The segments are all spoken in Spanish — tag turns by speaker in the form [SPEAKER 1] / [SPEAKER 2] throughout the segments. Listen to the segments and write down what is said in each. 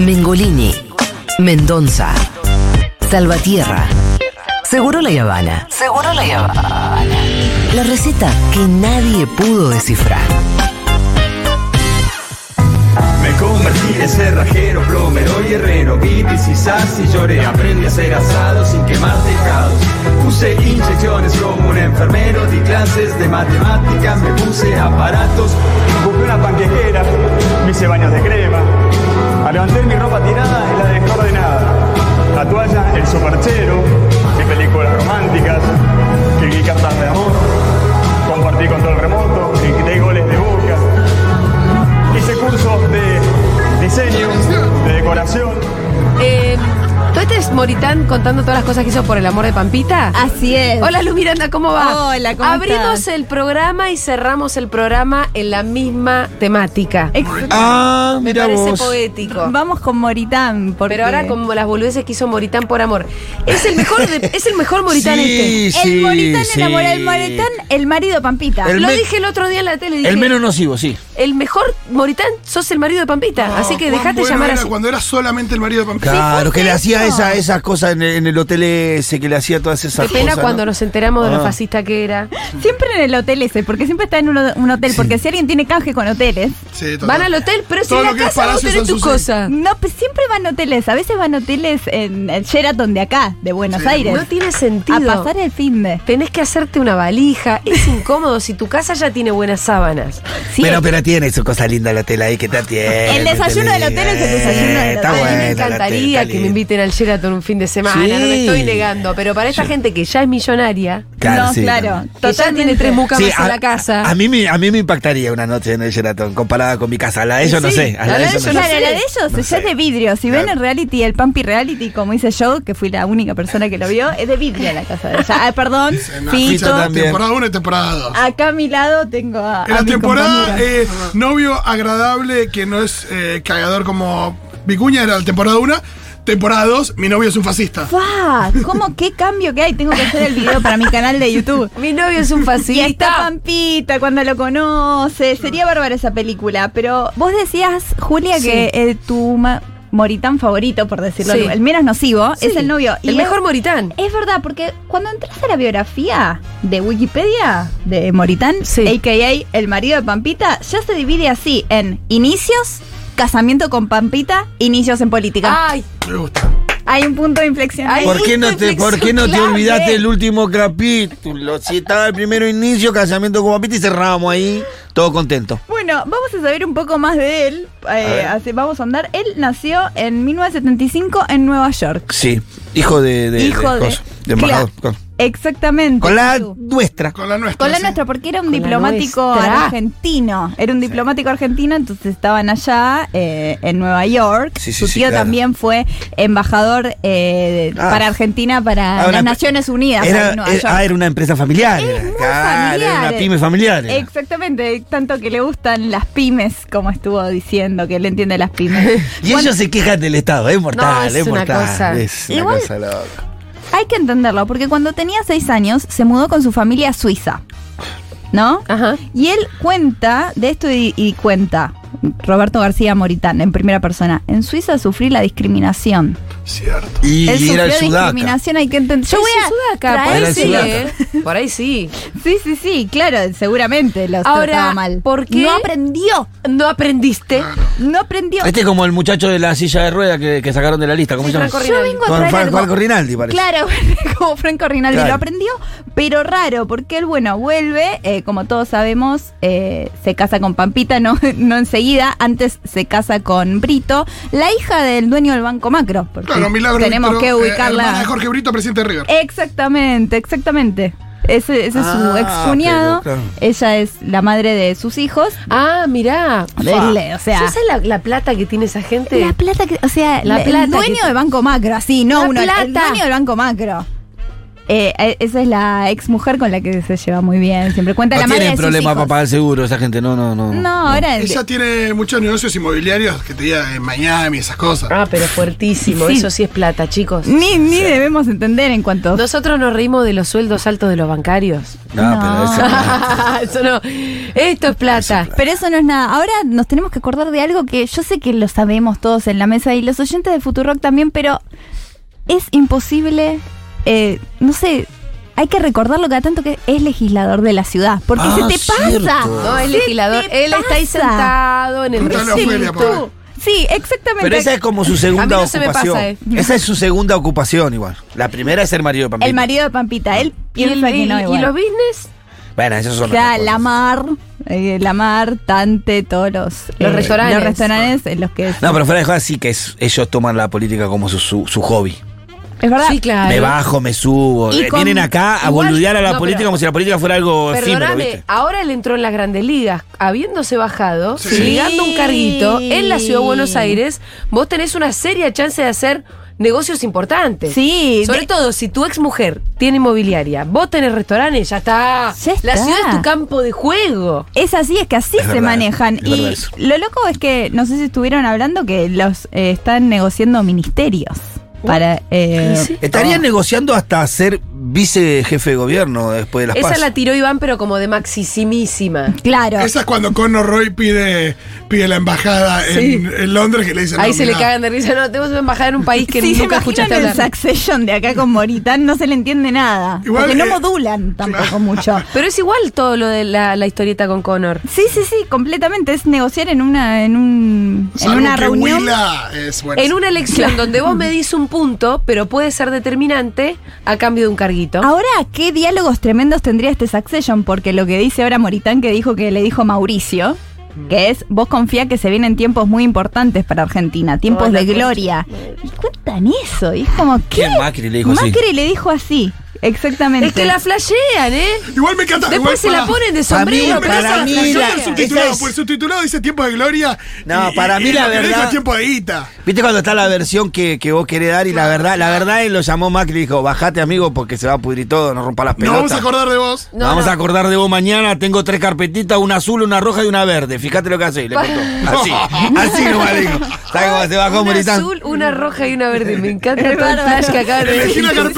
[SPEAKER 1] Mengolini, Mendoza, Salvatierra, Seguro la Habana. Seguro la Habana. La receta que nadie pudo descifrar.
[SPEAKER 2] Me convertí en cerrajero, plomero y herrero. Vi sas y lloré. Aprendí a hacer asado sin quemar tejados. Puse inyecciones como un enfermero. Di clases de matemáticas, me puse aparatos.
[SPEAKER 3] Busqué una panquequera, me hice baños de crema. A levantar mi ropa tirada y la descoordenada. La toalla, el superchero, vi películas románticas, escribí cartas de amor, compartí control remoto, grité goles de boca. Hice cursos de diseño, de decoración.
[SPEAKER 4] Eh, ¿Tú este es Moritán contando todas las cosas que hizo por el amor de Pampita?
[SPEAKER 5] Así es.
[SPEAKER 4] Hola Lu Miranda, ¿cómo va?
[SPEAKER 5] Hola, ¿cómo
[SPEAKER 4] Abrimos
[SPEAKER 5] estás?
[SPEAKER 4] el programa y cerramos el programa en la misma temática.
[SPEAKER 5] Ex-
[SPEAKER 6] Ah,
[SPEAKER 4] Me
[SPEAKER 6] mira
[SPEAKER 4] parece
[SPEAKER 6] vos.
[SPEAKER 4] poético.
[SPEAKER 5] Vamos con Moritán. Porque
[SPEAKER 4] Pero ahora como las boludeces que hizo Moritán por amor. Es el mejor, de- es el mejor Moritán
[SPEAKER 6] Sí,
[SPEAKER 4] este.
[SPEAKER 5] El
[SPEAKER 6] sí,
[SPEAKER 5] Moritán
[SPEAKER 6] sí.
[SPEAKER 5] enamora el Moritán, el marido de Pampita.
[SPEAKER 6] El
[SPEAKER 4] Lo
[SPEAKER 6] me-
[SPEAKER 4] dije el otro día en la tele. Dije,
[SPEAKER 6] El menos nocivo, sí.
[SPEAKER 4] el mejor Moritán sos el marido de Pampita. así que
[SPEAKER 7] Cuán
[SPEAKER 4] dejate
[SPEAKER 7] bueno
[SPEAKER 4] llamar
[SPEAKER 7] era
[SPEAKER 4] así.
[SPEAKER 7] Cuando era solamente el marido de Pampita.
[SPEAKER 6] Claro, que le hacía
[SPEAKER 5] eso.
[SPEAKER 6] esa- esas cosas en el, en el hotel ese, que le hacía todas esas
[SPEAKER 4] Qué
[SPEAKER 6] cosas.
[SPEAKER 4] pena cuando
[SPEAKER 6] ¿no?
[SPEAKER 4] nos enteramos de lo
[SPEAKER 6] Ah.
[SPEAKER 4] fascista que era.
[SPEAKER 5] Siempre en el hotel ese, porque siempre está en un, un hotel. Porque si alguien tiene canje con hoteles.
[SPEAKER 7] Sí, total.
[SPEAKER 4] Van al hotel, pero si
[SPEAKER 7] Todo
[SPEAKER 4] en la
[SPEAKER 7] lo que es
[SPEAKER 4] casa vos
[SPEAKER 7] Palacio
[SPEAKER 4] tenés
[SPEAKER 7] San
[SPEAKER 4] tu
[SPEAKER 7] Susi.
[SPEAKER 4] cosa.
[SPEAKER 5] No, pues siempre van a hoteles. A veces van a hoteles en el Sheraton de acá, de Buenos
[SPEAKER 7] Sí.
[SPEAKER 5] Aires.
[SPEAKER 4] No tiene
[SPEAKER 5] a
[SPEAKER 4] sentido.
[SPEAKER 5] pasar el fin de.
[SPEAKER 4] Tenés que hacerte una valija. Es incómodo si tu casa ya tiene buenas sábanas.
[SPEAKER 5] Sí,
[SPEAKER 6] Pero, pero tiene su cosa linda el hotel ahí que te atiende.
[SPEAKER 5] El desayuno
[SPEAKER 6] te
[SPEAKER 5] del hotel es el
[SPEAKER 6] liga.
[SPEAKER 5] desayuno del hotel.
[SPEAKER 6] Está
[SPEAKER 4] A mí
[SPEAKER 6] bueno.
[SPEAKER 4] me
[SPEAKER 6] el hotel,
[SPEAKER 4] encantaría
[SPEAKER 6] está
[SPEAKER 4] que me
[SPEAKER 6] lindo.
[SPEAKER 4] inviten al Sheraton un fin de semana. No me
[SPEAKER 6] Sí.
[SPEAKER 4] estoy negando. Pero para esta gente que ya es millonaria,
[SPEAKER 6] Claro,
[SPEAKER 5] no,
[SPEAKER 6] sí,
[SPEAKER 5] claro.
[SPEAKER 6] no.
[SPEAKER 4] que ya tiene tres mucamas
[SPEAKER 6] Sí,
[SPEAKER 4] en la casa.
[SPEAKER 6] A mí, me- a mí me impactaría una noche en el Sheraton comparada con mi casa. La de ellos no
[SPEAKER 4] Sí,
[SPEAKER 6] sé. A la, de ellos no
[SPEAKER 4] yo
[SPEAKER 5] Claro,
[SPEAKER 6] sé.
[SPEAKER 5] la de ellos
[SPEAKER 6] No
[SPEAKER 5] ya
[SPEAKER 6] sé.
[SPEAKER 5] es de vidrio. Si ven el reality, el Pampi Reality, como hice yo, que fui la única persona que lo vio, es de vidrio la casa de ella. Ah, perdón,
[SPEAKER 7] En la
[SPEAKER 5] Fito.
[SPEAKER 7] fecha,
[SPEAKER 6] también.
[SPEAKER 7] Temporada 1 y temporada 2.
[SPEAKER 5] Acá a mi lado tengo a.
[SPEAKER 7] En
[SPEAKER 5] a
[SPEAKER 7] la
[SPEAKER 5] Ah, mi
[SPEAKER 7] temporada
[SPEAKER 5] compañera.
[SPEAKER 7] eh, novio agradable que no es eh, cagador como Vicuña era la temporada 1. Temporada 2, mi novio es un fascista.
[SPEAKER 5] ¡Fua! ¿Cómo qué cambio que hay? Tengo que hacer el video para mi canal de YouTube.
[SPEAKER 4] mi novio es un
[SPEAKER 5] Y está
[SPEAKER 4] fascista.
[SPEAKER 5] Pampita cuando lo conoce. Sería bárbara esa película. Pero vos decías, Julia,
[SPEAKER 4] Sí.
[SPEAKER 5] que eh, tu ma- moritán favorito, por decirlo,
[SPEAKER 4] Sí.
[SPEAKER 5] el menos nocivo,
[SPEAKER 4] Sí,
[SPEAKER 5] es el novio. Y
[SPEAKER 4] el
[SPEAKER 5] es-
[SPEAKER 4] mejor Moritán.
[SPEAKER 5] Es verdad, porque cuando entras a la biografía de Wikipedia de Moritán,
[SPEAKER 4] Sí.
[SPEAKER 5] a.k.a. el marido de Pampita, ya se divide así en inicios, casamiento con Pampita, inicios en política.
[SPEAKER 4] Ay,
[SPEAKER 7] Me gusta.
[SPEAKER 5] Hay un punto de inflexión.
[SPEAKER 4] Ay,
[SPEAKER 6] ¿Por qué
[SPEAKER 5] Este
[SPEAKER 6] no te,
[SPEAKER 4] Inflexión,
[SPEAKER 6] ¿por qué no te
[SPEAKER 4] clave.
[SPEAKER 6] olvidaste el último capítulo? Si estaba el primero inicio, casamiento con papita y cerramos ahí, todo contento.
[SPEAKER 5] Bueno, vamos a saber un poco más de él. eh,
[SPEAKER 6] ver.
[SPEAKER 5] así- vamos a andar. Él nació en 1975 en Nueva York.
[SPEAKER 6] Sí, hijo de, de,
[SPEAKER 5] Hijo de-
[SPEAKER 6] coso, de embajador.
[SPEAKER 5] Claro.
[SPEAKER 6] con-
[SPEAKER 5] Exactamente.
[SPEAKER 6] Con la
[SPEAKER 5] Edu.
[SPEAKER 6] nuestra.
[SPEAKER 7] Con la nuestra.
[SPEAKER 5] Con la
[SPEAKER 7] sí.
[SPEAKER 5] nuestra, porque era un
[SPEAKER 4] Con la
[SPEAKER 5] diplomático
[SPEAKER 4] nuestra.
[SPEAKER 5] argentino. Era un diplomático argentino, entonces estaban allá eh, en Nueva York.
[SPEAKER 6] Sí, sí,
[SPEAKER 5] Su
[SPEAKER 6] sí,
[SPEAKER 5] tío
[SPEAKER 6] claro.
[SPEAKER 5] también fue embajador eh, de-
[SPEAKER 6] Ah.
[SPEAKER 5] para Argentina, para
[SPEAKER 6] Ah, una-
[SPEAKER 5] las Naciones Unidas. ahí
[SPEAKER 6] Era,
[SPEAKER 5] en Nueva
[SPEAKER 6] era-
[SPEAKER 5] York.
[SPEAKER 6] ah, era una empresa familiar.
[SPEAKER 5] Es
[SPEAKER 6] era.
[SPEAKER 5] muy
[SPEAKER 6] Claro, era
[SPEAKER 5] familiar.
[SPEAKER 6] una pyme familiar. era.
[SPEAKER 5] Exactamente, tanto que le gustan las pymes, como estuvo diciendo, que él entiende las pymes.
[SPEAKER 6] Y ellos se quejan del Estado, es mortal,
[SPEAKER 4] es
[SPEAKER 6] es,
[SPEAKER 4] una
[SPEAKER 6] mortal.
[SPEAKER 4] cosa.
[SPEAKER 6] Es una
[SPEAKER 5] Igual-
[SPEAKER 6] cosa loca.
[SPEAKER 5] Hay que entenderlo, porque cuando tenía seis años se mudó con su familia a Suiza. ¿No?
[SPEAKER 6] Ah.
[SPEAKER 4] Ajá.
[SPEAKER 5] Y él cuenta de esto y, y cuenta, Roberto García Moritán, en primera persona. En Suiza sufrí la discriminación.
[SPEAKER 7] Cierto.
[SPEAKER 6] Y
[SPEAKER 5] él
[SPEAKER 6] era el
[SPEAKER 5] sufrió
[SPEAKER 6] sudaca.
[SPEAKER 5] discriminación, hay que entender. Yo
[SPEAKER 4] Él
[SPEAKER 5] voy
[SPEAKER 4] es
[SPEAKER 5] a.
[SPEAKER 4] un sudaca, por
[SPEAKER 5] traer-
[SPEAKER 4] ahí
[SPEAKER 6] Era
[SPEAKER 4] sí,
[SPEAKER 6] sudaca.
[SPEAKER 4] ¿eh? Por ahí sí.
[SPEAKER 5] Sí, sí, sí, claro, seguramente los
[SPEAKER 4] Ahora,
[SPEAKER 5] trataba mal.
[SPEAKER 4] ¿por qué?
[SPEAKER 5] No aprendió.
[SPEAKER 4] No aprendiste.
[SPEAKER 5] No aprendió.
[SPEAKER 6] Este es como el muchacho de la silla de rueda que, que sacaron de la lista. ¿Cómo
[SPEAKER 4] Sí,
[SPEAKER 6] se llama?
[SPEAKER 4] Franco
[SPEAKER 5] Yo vengo a
[SPEAKER 6] Con
[SPEAKER 5] traer
[SPEAKER 6] Fra-
[SPEAKER 5] algo-
[SPEAKER 6] Franco Rinaldi, parece.
[SPEAKER 5] Claro, como Franco Rinaldi
[SPEAKER 6] Claro.
[SPEAKER 5] lo aprendió, pero raro, porque él, bueno, vuelve, eh, como todos sabemos, eh, se casa con Pampita, no, no enseguida, antes se casa con Brito, la hija del dueño del Banco Macro. porque
[SPEAKER 7] Claro, milagro.
[SPEAKER 5] Tenemos
[SPEAKER 7] Víctor,
[SPEAKER 5] que
[SPEAKER 7] eh, hermana
[SPEAKER 5] ubicarla.
[SPEAKER 7] de Jorge Brito, presidente de River.
[SPEAKER 5] exactamente, exactamente. Ese, ese es su
[SPEAKER 6] Ah,
[SPEAKER 5] ex cuñado,
[SPEAKER 6] pero, claro.
[SPEAKER 5] ella es la madre de sus hijos.
[SPEAKER 4] Ah, mirá.
[SPEAKER 5] Dele, o sea,
[SPEAKER 4] ¿Sabes la, la plata que tiene esa gente?
[SPEAKER 5] la plata que, o sea,
[SPEAKER 4] La
[SPEAKER 5] la-
[SPEAKER 4] plata
[SPEAKER 5] el
[SPEAKER 4] que
[SPEAKER 5] dueño
[SPEAKER 4] te-
[SPEAKER 5] del Banco Macro, así, no
[SPEAKER 4] La
[SPEAKER 5] uno, el
[SPEAKER 4] plata.
[SPEAKER 5] dueño del Banco Macro. Eh, eh, esa es la ex mujer con la que se lleva muy bien. Siempre cuenta la
[SPEAKER 6] no
[SPEAKER 5] madre de
[SPEAKER 6] tienen
[SPEAKER 5] sus
[SPEAKER 6] problema
[SPEAKER 5] hijos.
[SPEAKER 6] para pagar el seguro, esa gente, no, no, no.
[SPEAKER 5] No, ahora es-
[SPEAKER 7] Ella tiene muchos negocios inmobiliarios que te diga en Miami, esas cosas.
[SPEAKER 4] Ah, pero fuertísimo.
[SPEAKER 5] Sí.
[SPEAKER 4] Eso sí es plata, chicos.
[SPEAKER 5] ni, ni debemos entender en cuanto.
[SPEAKER 4] Nosotros nos reímos de los sueldos altos de los bancarios.
[SPEAKER 6] No, pero esa-
[SPEAKER 4] Eso no. Esto es plata.
[SPEAKER 5] Pero eso no es nada. Ahora nos tenemos que acordar de algo que yo sé que lo sabemos todos en la mesa y los oyentes de Futurock también, pero es imposible, eh, no sé, hay que recordarlo cada tanto que es legislador de la ciudad, porque
[SPEAKER 6] Ah,
[SPEAKER 5] se te
[SPEAKER 6] cierto.
[SPEAKER 5] pasa.
[SPEAKER 4] No, el
[SPEAKER 5] Se
[SPEAKER 4] legislador,
[SPEAKER 5] te
[SPEAKER 4] él está ahí
[SPEAKER 5] pasa.
[SPEAKER 4] sentado en el
[SPEAKER 7] Pregúntale a Ofelia,
[SPEAKER 4] recinto.
[SPEAKER 7] pobre.
[SPEAKER 5] Sí, exactamente.
[SPEAKER 6] Pero esa es como su segunda
[SPEAKER 4] A mí no se me
[SPEAKER 6] ocupación.
[SPEAKER 4] pasa, eh.
[SPEAKER 6] Esa es su segunda ocupación igual. La primera es ser marido de Pampita.
[SPEAKER 5] El marido de Pampita, él
[SPEAKER 4] Y, el,
[SPEAKER 5] piensa
[SPEAKER 4] y-
[SPEAKER 5] que no.
[SPEAKER 4] y
[SPEAKER 5] igual.
[SPEAKER 4] los business,
[SPEAKER 6] Bueno, esos son
[SPEAKER 5] O sea,
[SPEAKER 6] otras
[SPEAKER 5] la
[SPEAKER 6] cosas.
[SPEAKER 5] mar, eh, la mar, Tante, todos los, eh,
[SPEAKER 4] Los restaurantes.
[SPEAKER 5] Los restaurantes en los que.
[SPEAKER 6] No, pero fuera de joda sí que es- ellos toman la política como su, su, su hobby.
[SPEAKER 5] es verdad.
[SPEAKER 4] Sí, claro.
[SPEAKER 6] Me bajo, me subo.
[SPEAKER 5] Y
[SPEAKER 6] Eh,
[SPEAKER 5] con-
[SPEAKER 6] Vienen acá a
[SPEAKER 4] igual-
[SPEAKER 6] boludear a la
[SPEAKER 4] no,
[SPEAKER 6] política
[SPEAKER 4] pero-
[SPEAKER 6] como si la política fuera algo efímero,
[SPEAKER 4] Perdóname,
[SPEAKER 6] ¿viste?
[SPEAKER 4] ahora él entró en las grandes ligas, habiéndose bajado,
[SPEAKER 7] Sí.
[SPEAKER 4] ligando un carguito
[SPEAKER 5] Sí.
[SPEAKER 4] en la ciudad de Buenos Aires, vos tenés una seria chance de hacer negocios importantes.
[SPEAKER 5] este. Sí,
[SPEAKER 4] Sobre
[SPEAKER 5] de-
[SPEAKER 4] todo si tu ex mujer tiene inmobiliaria, vos tenés restaurantes, ya está.
[SPEAKER 5] Ya
[SPEAKER 4] La
[SPEAKER 5] está.
[SPEAKER 4] ciudad es tu campo de juego.
[SPEAKER 5] Es así, es que así
[SPEAKER 6] Es
[SPEAKER 5] se
[SPEAKER 6] verdad,
[SPEAKER 5] manejan.
[SPEAKER 6] es verdad
[SPEAKER 5] Y
[SPEAKER 6] eso.
[SPEAKER 5] lo loco es que, no sé si estuvieron hablando, que los eh, están negociando ministerios. Para, eh,
[SPEAKER 6] Estarían negociando hasta ser vicejefe de gobierno después de las
[SPEAKER 4] Esa
[SPEAKER 6] PASO.
[SPEAKER 4] la tiró Iván, pero como de maxisimísima.
[SPEAKER 5] Claro.
[SPEAKER 7] Esa es cuando Conor Roy pide, pide la embajada en, en Londres que le dicen.
[SPEAKER 4] Ahí
[SPEAKER 7] no,
[SPEAKER 4] se le
[SPEAKER 7] mirá,
[SPEAKER 4] cagan de risa. No, tenemos una embajada en un país que
[SPEAKER 5] si se
[SPEAKER 4] nunca
[SPEAKER 5] imaginan
[SPEAKER 4] escuchaste
[SPEAKER 5] el
[SPEAKER 4] hablar.
[SPEAKER 5] Succession de acá con Moritán, no se le entiende nada.
[SPEAKER 7] Igual,
[SPEAKER 5] porque no
[SPEAKER 7] eh,
[SPEAKER 5] modulan tampoco
[SPEAKER 7] claro.
[SPEAKER 5] mucho.
[SPEAKER 4] Pero es igual todo lo de la, la historieta con Connor.
[SPEAKER 5] Sí, sí, sí, completamente. Es negociar en una, en un, en
[SPEAKER 7] salvo
[SPEAKER 5] una
[SPEAKER 7] que
[SPEAKER 5] reunión.
[SPEAKER 7] Willa es bueno.
[SPEAKER 4] En una elección donde vos medís un punto, pero puede ser determinante a cambio de un carguito.
[SPEAKER 5] Ahora, ¿qué diálogos tremendos tendría este Succession? Porque lo que dice ahora Moritán, que dijo que le dijo Mauricio,
[SPEAKER 4] Mm.
[SPEAKER 5] que es, vos confía que se vienen tiempos muy importantes para Argentina, tiempos
[SPEAKER 4] Hola,
[SPEAKER 5] de
[SPEAKER 4] concha.
[SPEAKER 5] gloria. Y cuentan eso, y es como, ¿qué?
[SPEAKER 6] ¿Quién? Macri le dijo así.
[SPEAKER 5] Macri le dijo así, exactamente.
[SPEAKER 4] es que la flashean, ¿eh?
[SPEAKER 7] Igual me encanta. igual
[SPEAKER 4] Después se la
[SPEAKER 7] para-
[SPEAKER 4] ponen de
[SPEAKER 6] Para mí,
[SPEAKER 4] sombrero. pero
[SPEAKER 6] para
[SPEAKER 4] esa
[SPEAKER 6] mí
[SPEAKER 4] flashean.
[SPEAKER 6] la-
[SPEAKER 7] Mira, el subtitulado,
[SPEAKER 6] esa es-
[SPEAKER 7] porque el subtitulado dice tiempo de gloria.
[SPEAKER 6] No, para mí la
[SPEAKER 7] lo que le
[SPEAKER 6] verdad-
[SPEAKER 7] dijo es tiempo de guita.
[SPEAKER 6] ¿Viste cuando está la versión que, que vos querés dar y la verdad, la verdad él lo llamó Macri y dijo, bajate amigo porque se va a pudrir todo, no rompa
[SPEAKER 7] Nos
[SPEAKER 6] las pelotas.
[SPEAKER 7] vamos a acordar de vos.
[SPEAKER 6] Nos vamos a acordar de vos mañana, tengo tres carpetitas, una azul, una roja y una verde. Fíjate lo que haces, le contó. Así, así nomás le dijo. ¿Sabes cómo se bajó
[SPEAKER 4] Una
[SPEAKER 6] Moritán?
[SPEAKER 4] azul, una roja y una verde. Me encanta todo el
[SPEAKER 5] bárbaro.
[SPEAKER 4] flash que acaban de
[SPEAKER 7] Elegí la
[SPEAKER 4] decir.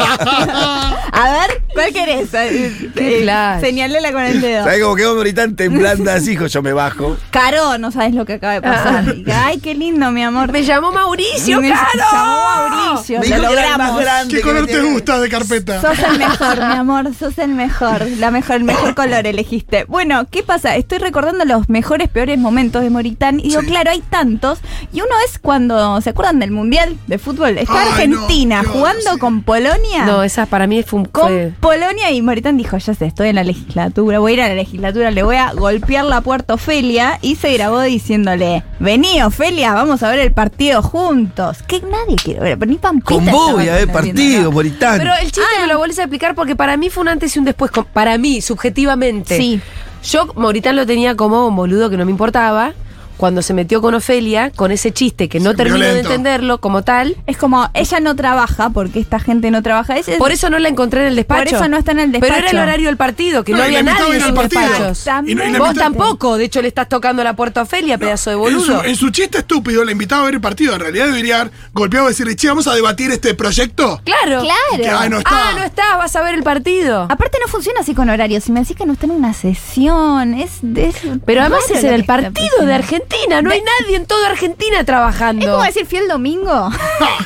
[SPEAKER 7] carpeta.
[SPEAKER 5] A ver, ¿cuál querés? Eh,
[SPEAKER 4] Qué flash.
[SPEAKER 5] Señalela con el dedo.
[SPEAKER 6] ¿Sabes cómo quedó Moritán temblando así? Hijo, yo me bajo.
[SPEAKER 5] Caro, no sabes lo que acaba de pasar.
[SPEAKER 4] Ah.
[SPEAKER 5] Ay, qué lindo, mi amor.
[SPEAKER 4] Me llamó Mauricio,
[SPEAKER 5] Me
[SPEAKER 4] claro.
[SPEAKER 5] llamó Mauricio,
[SPEAKER 6] Me
[SPEAKER 5] lo
[SPEAKER 6] dijo que era el más
[SPEAKER 5] logramos.
[SPEAKER 6] grande.
[SPEAKER 7] ¿Qué
[SPEAKER 6] que
[SPEAKER 7] color
[SPEAKER 6] me
[SPEAKER 7] te
[SPEAKER 6] tenía.
[SPEAKER 7] gusta de carpeta?
[SPEAKER 5] Sos el mejor, mi amor, sos el mejor. La mejor, el mejor color elegiste. Bueno, ¿qué pasa? Estoy recordando los mejores, peores momentos de Moritán. Y digo, claro, hay tantos. Y uno es cuando, ¿se acuerdan del Mundial de Fútbol? Está
[SPEAKER 7] Ay,
[SPEAKER 5] Argentina
[SPEAKER 7] no, qué
[SPEAKER 5] jugando
[SPEAKER 7] odio, sí.
[SPEAKER 5] con Polonia.
[SPEAKER 4] No, esa para mí fue un
[SPEAKER 5] con
[SPEAKER 4] fue-
[SPEAKER 5] Polonia y Moritán dijo, ya sé, estoy en la legislatura, voy a ir a la legislatura, le voy a golpear la puerta a Ofelia y se grabó diciéndole, vení Ofelia, vamos a ver el partido juntos. Que nadie quiere ver, pero ni Pampita.
[SPEAKER 6] Con
[SPEAKER 5] estaba
[SPEAKER 6] vos voy a
[SPEAKER 7] eh,
[SPEAKER 6] ver
[SPEAKER 5] entendiendo,
[SPEAKER 6] partido,
[SPEAKER 5] ¿no?
[SPEAKER 6] Moritán.
[SPEAKER 4] Pero el chiste
[SPEAKER 5] Ah.
[SPEAKER 4] me lo vuelves a explicar porque para mí fue un antes y un después, con- para mí, subjetivamente.
[SPEAKER 5] Sí.
[SPEAKER 4] Yo, Mauritán lo tenía como un boludo que no me importaba. Cuando se metió con Ofelia, con ese chiste que no
[SPEAKER 7] Sí,
[SPEAKER 4] termino
[SPEAKER 7] violento.
[SPEAKER 4] de entenderlo como tal.
[SPEAKER 5] Es como, ella no trabaja porque esta gente no trabaja. Es- es-
[SPEAKER 4] Por eso no la encontré en el despacho.
[SPEAKER 5] Por eso no está en el despacho.
[SPEAKER 4] Pero era el horario del partido, que no,
[SPEAKER 7] No, y la
[SPEAKER 4] había
[SPEAKER 7] invitaba
[SPEAKER 4] nadie
[SPEAKER 7] a
[SPEAKER 4] en
[SPEAKER 7] ir al
[SPEAKER 4] los
[SPEAKER 7] partido.
[SPEAKER 4] despachos.
[SPEAKER 5] Y no- y la
[SPEAKER 4] Vos
[SPEAKER 5] invitaba-
[SPEAKER 4] tampoco, de hecho le estás tocando la puerta a Ofelia, pedazo de
[SPEAKER 7] En su,
[SPEAKER 4] boludo.
[SPEAKER 7] en su chiste estúpido le invitaba a ver el partido. En realidad debería haber golpeado y decirle, che, vamos a debatir este proyecto.
[SPEAKER 4] Claro.
[SPEAKER 5] Claro.
[SPEAKER 7] Que, ah, no está.
[SPEAKER 4] Ah, no está, vas a ver el partido.
[SPEAKER 5] Aparte no funciona así con horarios. Si me decís que no está en una sesión, es... es
[SPEAKER 4] Pero además
[SPEAKER 5] raro
[SPEAKER 4] es
[SPEAKER 5] lo
[SPEAKER 4] en
[SPEAKER 5] que
[SPEAKER 4] el
[SPEAKER 5] está
[SPEAKER 4] partido
[SPEAKER 5] pasando.
[SPEAKER 4] de Argentina, no hay nadie en toda Argentina trabajando.
[SPEAKER 5] Es como decir, fui el domingo. a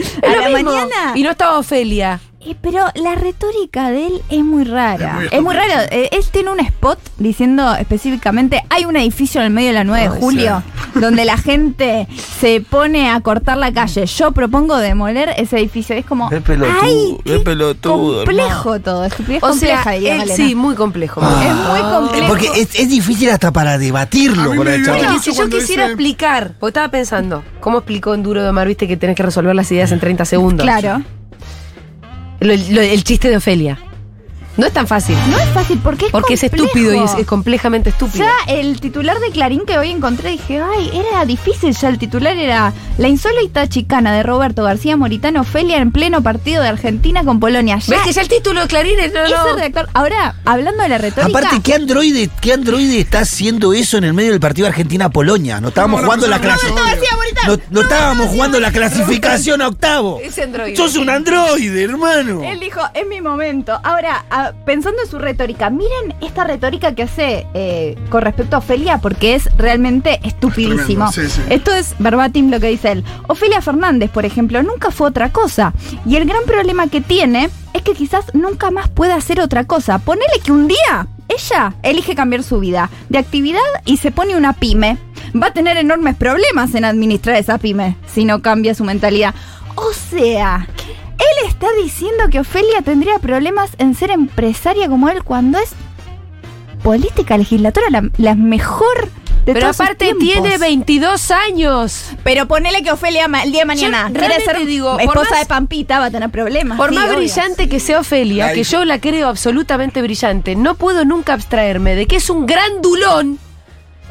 [SPEAKER 4] Es
[SPEAKER 5] la
[SPEAKER 4] lo mismo.
[SPEAKER 5] mañana.
[SPEAKER 4] Y no estaba Ofelia.
[SPEAKER 5] Eh, pero la retórica de él es muy
[SPEAKER 7] Es
[SPEAKER 5] rara.
[SPEAKER 7] muy
[SPEAKER 5] Es muy,
[SPEAKER 7] estúpida.
[SPEAKER 5] raro. Eh, él tiene un spot diciendo específicamente, hay un edificio en el medio de la 9 de julio donde la gente se pone a cortar la calle. Yo propongo demoler ese edificio. Es como...
[SPEAKER 6] Es pelotudo,
[SPEAKER 5] ay,
[SPEAKER 6] es
[SPEAKER 5] qué
[SPEAKER 6] pelotudo,
[SPEAKER 5] Complejo todo. estupidez
[SPEAKER 4] O sea,
[SPEAKER 5] compleja, diría
[SPEAKER 4] él
[SPEAKER 5] Malena.
[SPEAKER 4] sí, Ah. muy complejo.
[SPEAKER 7] Ah.
[SPEAKER 5] Es muy complejo.
[SPEAKER 6] Porque es, es difícil hasta para debatirlo
[SPEAKER 7] A mí
[SPEAKER 6] con
[SPEAKER 7] me
[SPEAKER 6] el
[SPEAKER 7] divierte
[SPEAKER 6] chaval.
[SPEAKER 4] Porque
[SPEAKER 7] mucho
[SPEAKER 4] si yo
[SPEAKER 7] cuando
[SPEAKER 4] quisiera
[SPEAKER 7] dice-
[SPEAKER 4] explicar, porque estaba pensando, ¿cómo explicó en Duro de Omar, viste, que tenés que resolver las ideas en 30 segundos?
[SPEAKER 5] Claro.
[SPEAKER 4] Lo- lo- el chiste de Ofelia. No es tan fácil.
[SPEAKER 5] No es fácil, porque es
[SPEAKER 4] Porque es estúpido y es,
[SPEAKER 5] complejo.
[SPEAKER 4] es complejamente estúpido.
[SPEAKER 5] Ya el titular de Clarín que hoy encontré, dije, ay, era difícil ya el titular, era la insólita chicana de Roberto García Moritano Ofelia en pleno partido de Argentina con Polonia. Ya,
[SPEAKER 4] ¿Ves que ya el título de Clarín es no,
[SPEAKER 5] ese
[SPEAKER 4] no?
[SPEAKER 5] redactor- ahora, hablando de la retórica,
[SPEAKER 8] Aparte, ¿qué androide, ¿qué androide está haciendo eso en el medio del partido Argentina-Polonia? No estábamos
[SPEAKER 7] No, no,
[SPEAKER 8] jugando la clase.
[SPEAKER 7] Roberto
[SPEAKER 5] García Moritano.
[SPEAKER 8] No, no estábamos jugando la clasificación a octavo.
[SPEAKER 4] Es androide.
[SPEAKER 8] Sos un androide, hermano.
[SPEAKER 5] él dijo, es mi momento. Ahora, ah, pensando en su retórica, miren esta retórica que hace eh, con respecto a Ofelia, porque es realmente estupidísimo.
[SPEAKER 7] Es tremendo, sí, sí.
[SPEAKER 5] Esto es verbatim lo que dice él. Ofelia Fernández, por ejemplo, nunca fue otra cosa. Y el gran problema que tiene es que quizás nunca más pueda hacer otra cosa. Ponele que un día ella elige cambiar su vida de actividad y se pone una pyme. Va a tener enormes problemas en administrar esa pyme si no cambia su mentalidad. O sea, él está diciendo que Ofelia tendría problemas en ser empresaria como él cuando es política legislatora la, la mejor de
[SPEAKER 4] Pero
[SPEAKER 5] todos sus
[SPEAKER 4] aparte
[SPEAKER 5] tiempos.
[SPEAKER 4] tiene 22 años.
[SPEAKER 5] Pero ponele que Ofelia ma- el día de mañana
[SPEAKER 4] Yo
[SPEAKER 5] quiere
[SPEAKER 4] realmente
[SPEAKER 5] ser
[SPEAKER 4] digo, por
[SPEAKER 5] esposa
[SPEAKER 4] más-
[SPEAKER 5] de Pampita, va a tener problemas.
[SPEAKER 4] Por
[SPEAKER 5] Ah, Sí,
[SPEAKER 4] más
[SPEAKER 5] obvio.
[SPEAKER 4] brillante que sea Ofelia,
[SPEAKER 8] La
[SPEAKER 4] que
[SPEAKER 8] hija.
[SPEAKER 4] yo la creo absolutamente brillante, no puedo nunca abstraerme de que es un gran dulón.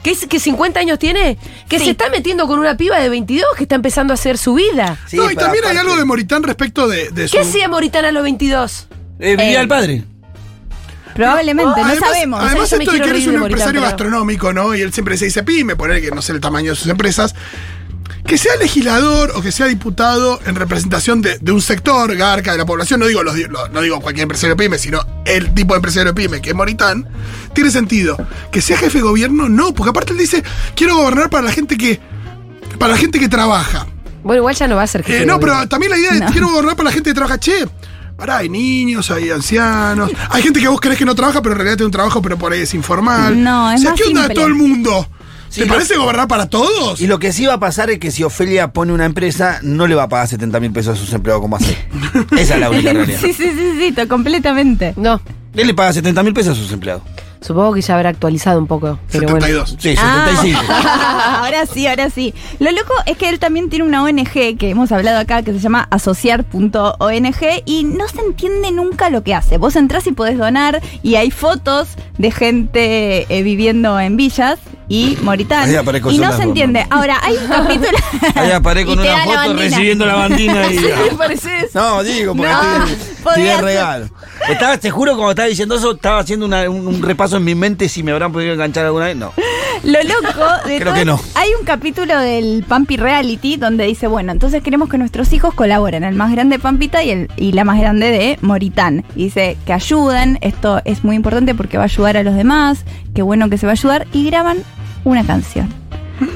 [SPEAKER 4] Que, es, que 50 años tiene, que
[SPEAKER 5] Sí.
[SPEAKER 4] se está metiendo con una piba de 22 que está empezando a hacer su vida.
[SPEAKER 8] Sí,
[SPEAKER 7] no, y
[SPEAKER 8] pero
[SPEAKER 7] también hay
[SPEAKER 8] aparte-
[SPEAKER 7] algo de Moritán respecto de, de su.
[SPEAKER 4] ¿Qué hacía Moritana a los 22?
[SPEAKER 6] Eh, vivía
[SPEAKER 5] Eh,
[SPEAKER 6] el padre.
[SPEAKER 5] Probablemente, no
[SPEAKER 7] Además-
[SPEAKER 5] sabemos.
[SPEAKER 4] O
[SPEAKER 7] Además,
[SPEAKER 4] sea, yo me
[SPEAKER 7] esto de
[SPEAKER 4] quiero
[SPEAKER 7] que él
[SPEAKER 4] reír
[SPEAKER 7] es
[SPEAKER 4] de
[SPEAKER 7] un
[SPEAKER 4] Moritán,
[SPEAKER 7] empresario
[SPEAKER 4] pero-
[SPEAKER 7] gastronómico, ¿no? Y él siempre se dice pyme, poner que no sé el tamaño de sus empresas. Que sea legislador o que sea diputado en representación de, de un sector, garca, de la población, no digo, los, di- lo- no digo cualquier empresario pyme, sino el tipo de empresario pyme que es Moritán, tiene sentido. Que sea jefe de gobierno, no, porque aparte él dice, quiero gobernar para la gente que, para la gente que trabaja.
[SPEAKER 4] Bueno, igual ya no va a ser
[SPEAKER 7] Eh,
[SPEAKER 4] jefe
[SPEAKER 7] no,
[SPEAKER 4] de
[SPEAKER 7] pero
[SPEAKER 4] gobierno.
[SPEAKER 7] también la idea de quiero gobernar para la gente que trabaja, che. Pará, hay niños, hay ancianos. Hay gente que vos crees que no trabaja, pero en realidad tiene un trabajo, pero por ahí es informal.
[SPEAKER 5] No, es
[SPEAKER 7] O sea,
[SPEAKER 5] más
[SPEAKER 7] ¿qué onda de
[SPEAKER 5] simple.
[SPEAKER 7] todo el mundo?
[SPEAKER 8] Sí,
[SPEAKER 7] ¿Te
[SPEAKER 8] lo-
[SPEAKER 7] parece gobernar para todos?
[SPEAKER 8] Y lo que sí va a pasar es que si Ofelia pone una empresa, no le va a pagar 70 mil pesos a sus empleados como hace. Esa es la única realidad.
[SPEAKER 5] sí, sí, sí, sí, to- completamente.
[SPEAKER 4] No,
[SPEAKER 8] Él le paga 70 mil pesos a sus empleados.
[SPEAKER 4] supongo que ya habrá actualizado un poco. Pero bueno.
[SPEAKER 7] 72.
[SPEAKER 8] Sí,
[SPEAKER 5] Ah.
[SPEAKER 8] 75.
[SPEAKER 5] ahora sí, ahora sí. Lo loco es que él también tiene una ONG que hemos hablado acá que se llama asociar.ong y no se entiende nunca lo que hace. Vos entrás y podés donar y hay fotos de gente eh, viviendo en villas y Moritán.
[SPEAKER 8] Ahí aparezco
[SPEAKER 5] Y
[SPEAKER 8] yo
[SPEAKER 5] no
[SPEAKER 8] las
[SPEAKER 5] se
[SPEAKER 8] dos,
[SPEAKER 5] entiende. Ahora, hay un capítulo.
[SPEAKER 8] Ahí aparezco
[SPEAKER 5] y
[SPEAKER 8] con
[SPEAKER 5] te da
[SPEAKER 8] una
[SPEAKER 5] la
[SPEAKER 8] foto
[SPEAKER 5] bandina.
[SPEAKER 8] recibiendo la bandina y.
[SPEAKER 4] ¿Qué pareces?
[SPEAKER 8] No, digo, porque
[SPEAKER 5] No,
[SPEAKER 8] estoy, estoy de
[SPEAKER 5] podías-
[SPEAKER 8] regalo. Estaba, te juro, cuando estaba diciendo eso, estaba haciendo una- un, un repaso en mi mente si me habrán podido enganchar alguna vez. No.
[SPEAKER 5] Lo loco de
[SPEAKER 8] Creo
[SPEAKER 5] todo-
[SPEAKER 8] que no.
[SPEAKER 5] Hay un capítulo del Pampi Reality donde dice, bueno, entonces queremos que nuestros hijos colaboren, el más grande Pampita y, el, y la más grande de Moritán. Y dice que ayuden, esto es muy importante porque va a ayudar a los demás, qué bueno que se va a ayudar, y graban una canción.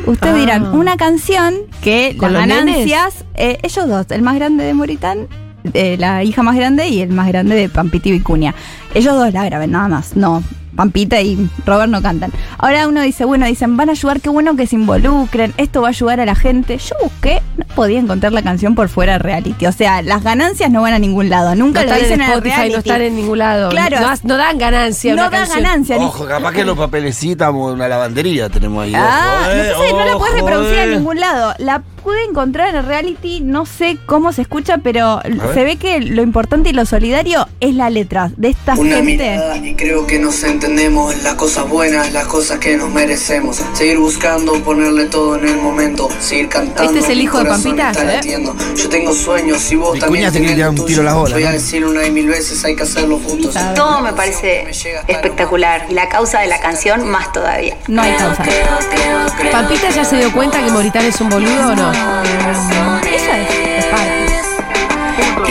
[SPEAKER 5] Ustedes
[SPEAKER 4] Ah.
[SPEAKER 5] dirán, una canción que las
[SPEAKER 4] ¿Con los nenes?
[SPEAKER 5] ganancias, eh, ellos dos, el más grande de Moritán, eh, la hija más grande y el más grande de Pampita y Vicuña. Ellos dos la graben, nada más. No, Pampita y Robert no cantan. Ahora uno dice, bueno, dicen, van a ayudar, qué bueno que se involucren, esto va a ayudar a la gente. Yo busqué, no podía encontrar la canción por fuera de reality. O sea, las ganancias no van a ningún lado, nunca
[SPEAKER 4] No
[SPEAKER 5] lo
[SPEAKER 4] están
[SPEAKER 5] dicen
[SPEAKER 4] en
[SPEAKER 5] en el
[SPEAKER 4] Spotify, no
[SPEAKER 5] reality.
[SPEAKER 4] están en ningún lado.
[SPEAKER 5] Claro.
[SPEAKER 4] No, has- no dan ganancia.
[SPEAKER 5] no
[SPEAKER 4] una
[SPEAKER 5] da
[SPEAKER 4] canción.
[SPEAKER 5] ganancia. ni-
[SPEAKER 8] Ojo, capaz que los papelecitos, una lavandería tenemos ahí.
[SPEAKER 5] Ah,
[SPEAKER 8] ojo, eh,
[SPEAKER 5] entonces no la puedes
[SPEAKER 8] ojo,
[SPEAKER 5] reproducir en
[SPEAKER 8] eh.
[SPEAKER 5] ningún lado. La pude encontrar en el reality, no sé cómo se escucha, pero se ve que lo importante y lo solidario es la letra de esta
[SPEAKER 9] Una
[SPEAKER 5] gente.
[SPEAKER 9] mirada y creo que nos entendemos las cosas buenas, las cosas que nos merecemos. Seguir buscando, ponerle todo en el momento, seguir cantando.
[SPEAKER 4] Este es el
[SPEAKER 9] mi
[SPEAKER 4] hijo de
[SPEAKER 9] corazón
[SPEAKER 4] Pampita,
[SPEAKER 9] está
[SPEAKER 4] ¿eh?
[SPEAKER 9] latiendo. Yo tengo sueños y vos
[SPEAKER 8] Mi
[SPEAKER 9] también.
[SPEAKER 8] cuñada se
[SPEAKER 9] tenés
[SPEAKER 8] quiere tirar
[SPEAKER 9] los
[SPEAKER 8] un tiro a las
[SPEAKER 9] tuyos.
[SPEAKER 8] bolas,
[SPEAKER 9] Voy a
[SPEAKER 8] ¿no?
[SPEAKER 9] decirlo una y mil veces, hay que hacerlo juntos.
[SPEAKER 10] Todo me parece espectacular y la causa de la canción más todavía.
[SPEAKER 5] No hay causa.
[SPEAKER 4] ¿Pampita ya se dio cuenta que Moritán es un boludo o no?
[SPEAKER 5] Eso es. es para.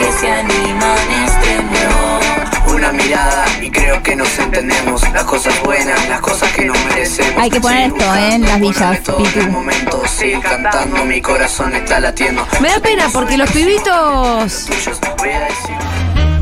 [SPEAKER 9] Una mirada y creo que nos entendemos las cosas buenas, las cosas que nos merecemos.
[SPEAKER 5] Hay que poner
[SPEAKER 9] Seguir
[SPEAKER 5] esto, ¿eh? en las
[SPEAKER 9] buscando,
[SPEAKER 5] villas,
[SPEAKER 9] ponerle todo en
[SPEAKER 5] Pitu.
[SPEAKER 9] el momento, seguir cantando, mi corazón está latiendo.
[SPEAKER 4] Me da pena porque los pibitos
[SPEAKER 9] Tuyos, voy a decir-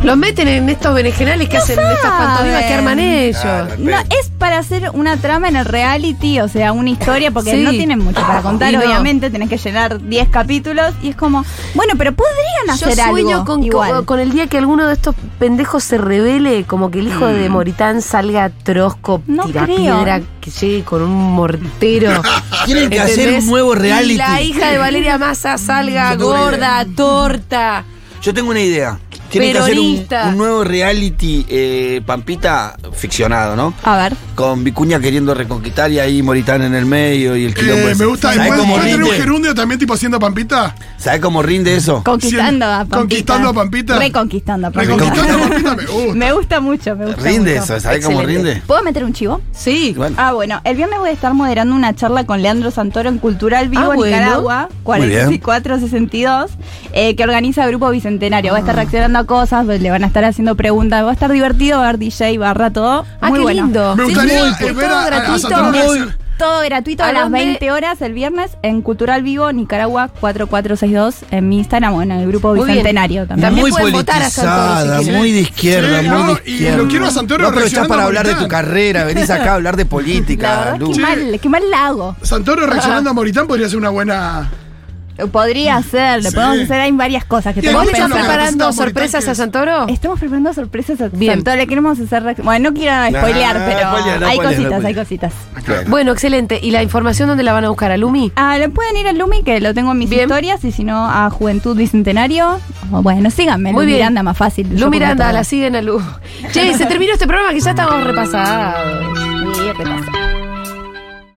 [SPEAKER 4] los meten en estos berenjenales que hacen estas pantomimas que
[SPEAKER 5] saben.
[SPEAKER 4] arman ellos.
[SPEAKER 8] Claro.
[SPEAKER 5] No, es para hacer una trama en el reality, o sea, una historia, porque
[SPEAKER 4] Sí. Ah,
[SPEAKER 5] no tienen mucho para contar,
[SPEAKER 4] Y no.
[SPEAKER 5] obviamente, tenés que llenar 10 capítulos, y es como, bueno, pero podrían
[SPEAKER 4] Yo
[SPEAKER 5] hacer
[SPEAKER 4] sueño
[SPEAKER 5] algo
[SPEAKER 4] con,
[SPEAKER 5] igual.
[SPEAKER 4] con- con el día que alguno de estos pendejos se revele, como que el hijo de Moritán salga trosco,
[SPEAKER 5] Mm. No
[SPEAKER 4] tirapiedra,
[SPEAKER 5] creo.
[SPEAKER 4] que llegue con un mortero.
[SPEAKER 8] Tienen que hacer
[SPEAKER 4] ¿Entendés?
[SPEAKER 8] un nuevo reality.
[SPEAKER 4] Y la hija de Valeria Massa salga
[SPEAKER 8] Yo tengo una
[SPEAKER 4] gorda, torta.
[SPEAKER 8] Yo tengo una idea.
[SPEAKER 6] Tienen que hacer un,
[SPEAKER 4] Peronista.
[SPEAKER 6] un nuevo reality, eh, Pampita, ficcionado, ¿no?
[SPEAKER 5] A ver.
[SPEAKER 6] Con Vicuña queriendo reconquistar y ahí Moritán en el medio y el quilombo.
[SPEAKER 7] Eh,
[SPEAKER 6] ese.
[SPEAKER 7] me gusta.
[SPEAKER 6] ¿Sabés
[SPEAKER 7] ¿Puedes
[SPEAKER 6] cómo
[SPEAKER 7] puedes tener un
[SPEAKER 6] rinde?
[SPEAKER 7] gerundio también tipo haciendo pampita?
[SPEAKER 6] ¿Sabés cómo rinde eso?
[SPEAKER 5] Conquistando a Pampita.
[SPEAKER 7] Conquistando a Pampita.
[SPEAKER 5] Reconquistando a Pampita.
[SPEAKER 7] Reconquistando a pampita me gusta.
[SPEAKER 5] Me gusta mucho, me gusta
[SPEAKER 6] Rinde
[SPEAKER 5] mucho.
[SPEAKER 6] eso, ¿sabés cómo
[SPEAKER 4] Excelente.
[SPEAKER 6] rinde?
[SPEAKER 5] ¿Puedo meter un chivo?
[SPEAKER 4] Sí.
[SPEAKER 6] Bueno.
[SPEAKER 5] Ah, bueno, el viernes voy a estar moderando una charla con Leandro Santoro en Cultural Vivo
[SPEAKER 4] Ah, bueno.
[SPEAKER 5] Nicaragua,
[SPEAKER 6] Muy bien.
[SPEAKER 5] 4462, eh, que organiza Grupo Bicentenario. Va a estar
[SPEAKER 4] Ah.
[SPEAKER 5] reaccionando a cosas, le van a estar haciendo preguntas, va a estar divertido, va a haber DJ, barra, todo.
[SPEAKER 4] Ah,
[SPEAKER 5] Muy
[SPEAKER 4] qué
[SPEAKER 5] bueno.
[SPEAKER 4] lindo.
[SPEAKER 7] Me
[SPEAKER 4] Sí,
[SPEAKER 7] gustaría
[SPEAKER 4] sí,
[SPEAKER 7] eh, ver a, a- a
[SPEAKER 4] gratuito.
[SPEAKER 7] Santoro reaccionar.
[SPEAKER 5] Todo gratuito
[SPEAKER 4] ¿A
[SPEAKER 5] a las
[SPEAKER 4] dónde?
[SPEAKER 5] 20 horas el viernes en Cultural Vivo Nicaragua 4462 en mi Instagram o en el Grupo
[SPEAKER 4] Muy bien.
[SPEAKER 5] Bicentenario también.
[SPEAKER 4] También
[SPEAKER 6] muy
[SPEAKER 4] pueden votar a Santoro, si
[SPEAKER 6] politizada,
[SPEAKER 4] quieren.
[SPEAKER 6] muy de izquierda,
[SPEAKER 7] Sí,
[SPEAKER 6] muy
[SPEAKER 7] no,
[SPEAKER 6] de
[SPEAKER 7] y
[SPEAKER 6] izquierda.
[SPEAKER 7] lo quiero a Santoro
[SPEAKER 6] No aprovechás
[SPEAKER 7] reaccionando
[SPEAKER 6] para
[SPEAKER 7] a
[SPEAKER 6] hablar de tu
[SPEAKER 7] Moritán.
[SPEAKER 6] carrera, venís acá a hablar de política,
[SPEAKER 5] La verdad,
[SPEAKER 6] Lu.
[SPEAKER 5] qué mal, qué mal la hago.
[SPEAKER 7] Santoro
[SPEAKER 5] Ah.
[SPEAKER 7] reaccionando a Moritán podría ser una buena.
[SPEAKER 5] Podría ser, le
[SPEAKER 7] Sí.
[SPEAKER 5] podemos hacer, hay varias cosas que
[SPEAKER 7] Y
[SPEAKER 5] tenemos
[SPEAKER 4] ¿Vos
[SPEAKER 7] Vamos
[SPEAKER 4] le estás
[SPEAKER 7] pensando.
[SPEAKER 4] preparando
[SPEAKER 7] Vamos a
[SPEAKER 4] sorpresas a
[SPEAKER 7] Moritán,
[SPEAKER 4] Santoro?
[SPEAKER 5] Estamos preparando sorpresas a
[SPEAKER 4] Oh. Bien.
[SPEAKER 5] Santoro, le queremos hacer reacc- Bueno, no quiero spoilear,
[SPEAKER 6] no
[SPEAKER 5] pero
[SPEAKER 6] spoilear, no
[SPEAKER 5] hay
[SPEAKER 6] spoilear, no
[SPEAKER 5] cositas, hay
[SPEAKER 6] spoilear.
[SPEAKER 5] cositas.
[SPEAKER 6] Claro.
[SPEAKER 4] Bueno, excelente. ¿Y la información dónde la van a buscar? ¿A Lumi?
[SPEAKER 5] Ah, lo pueden ir al Lumi, que lo tengo en mis
[SPEAKER 4] Bien.
[SPEAKER 5] historias, y si no, a Juventud Bicentenario. O Bueno, síganme,
[SPEAKER 4] Muy
[SPEAKER 5] Lu
[SPEAKER 4] bien.
[SPEAKER 5] Miranda, más fácil. yo
[SPEAKER 4] Lu
[SPEAKER 5] pongo
[SPEAKER 4] Miranda,
[SPEAKER 5] todo.
[SPEAKER 4] la siguen a Lu. Che, se terminó este programa que ya estamos repasados.
[SPEAKER 5] Sí, repasado.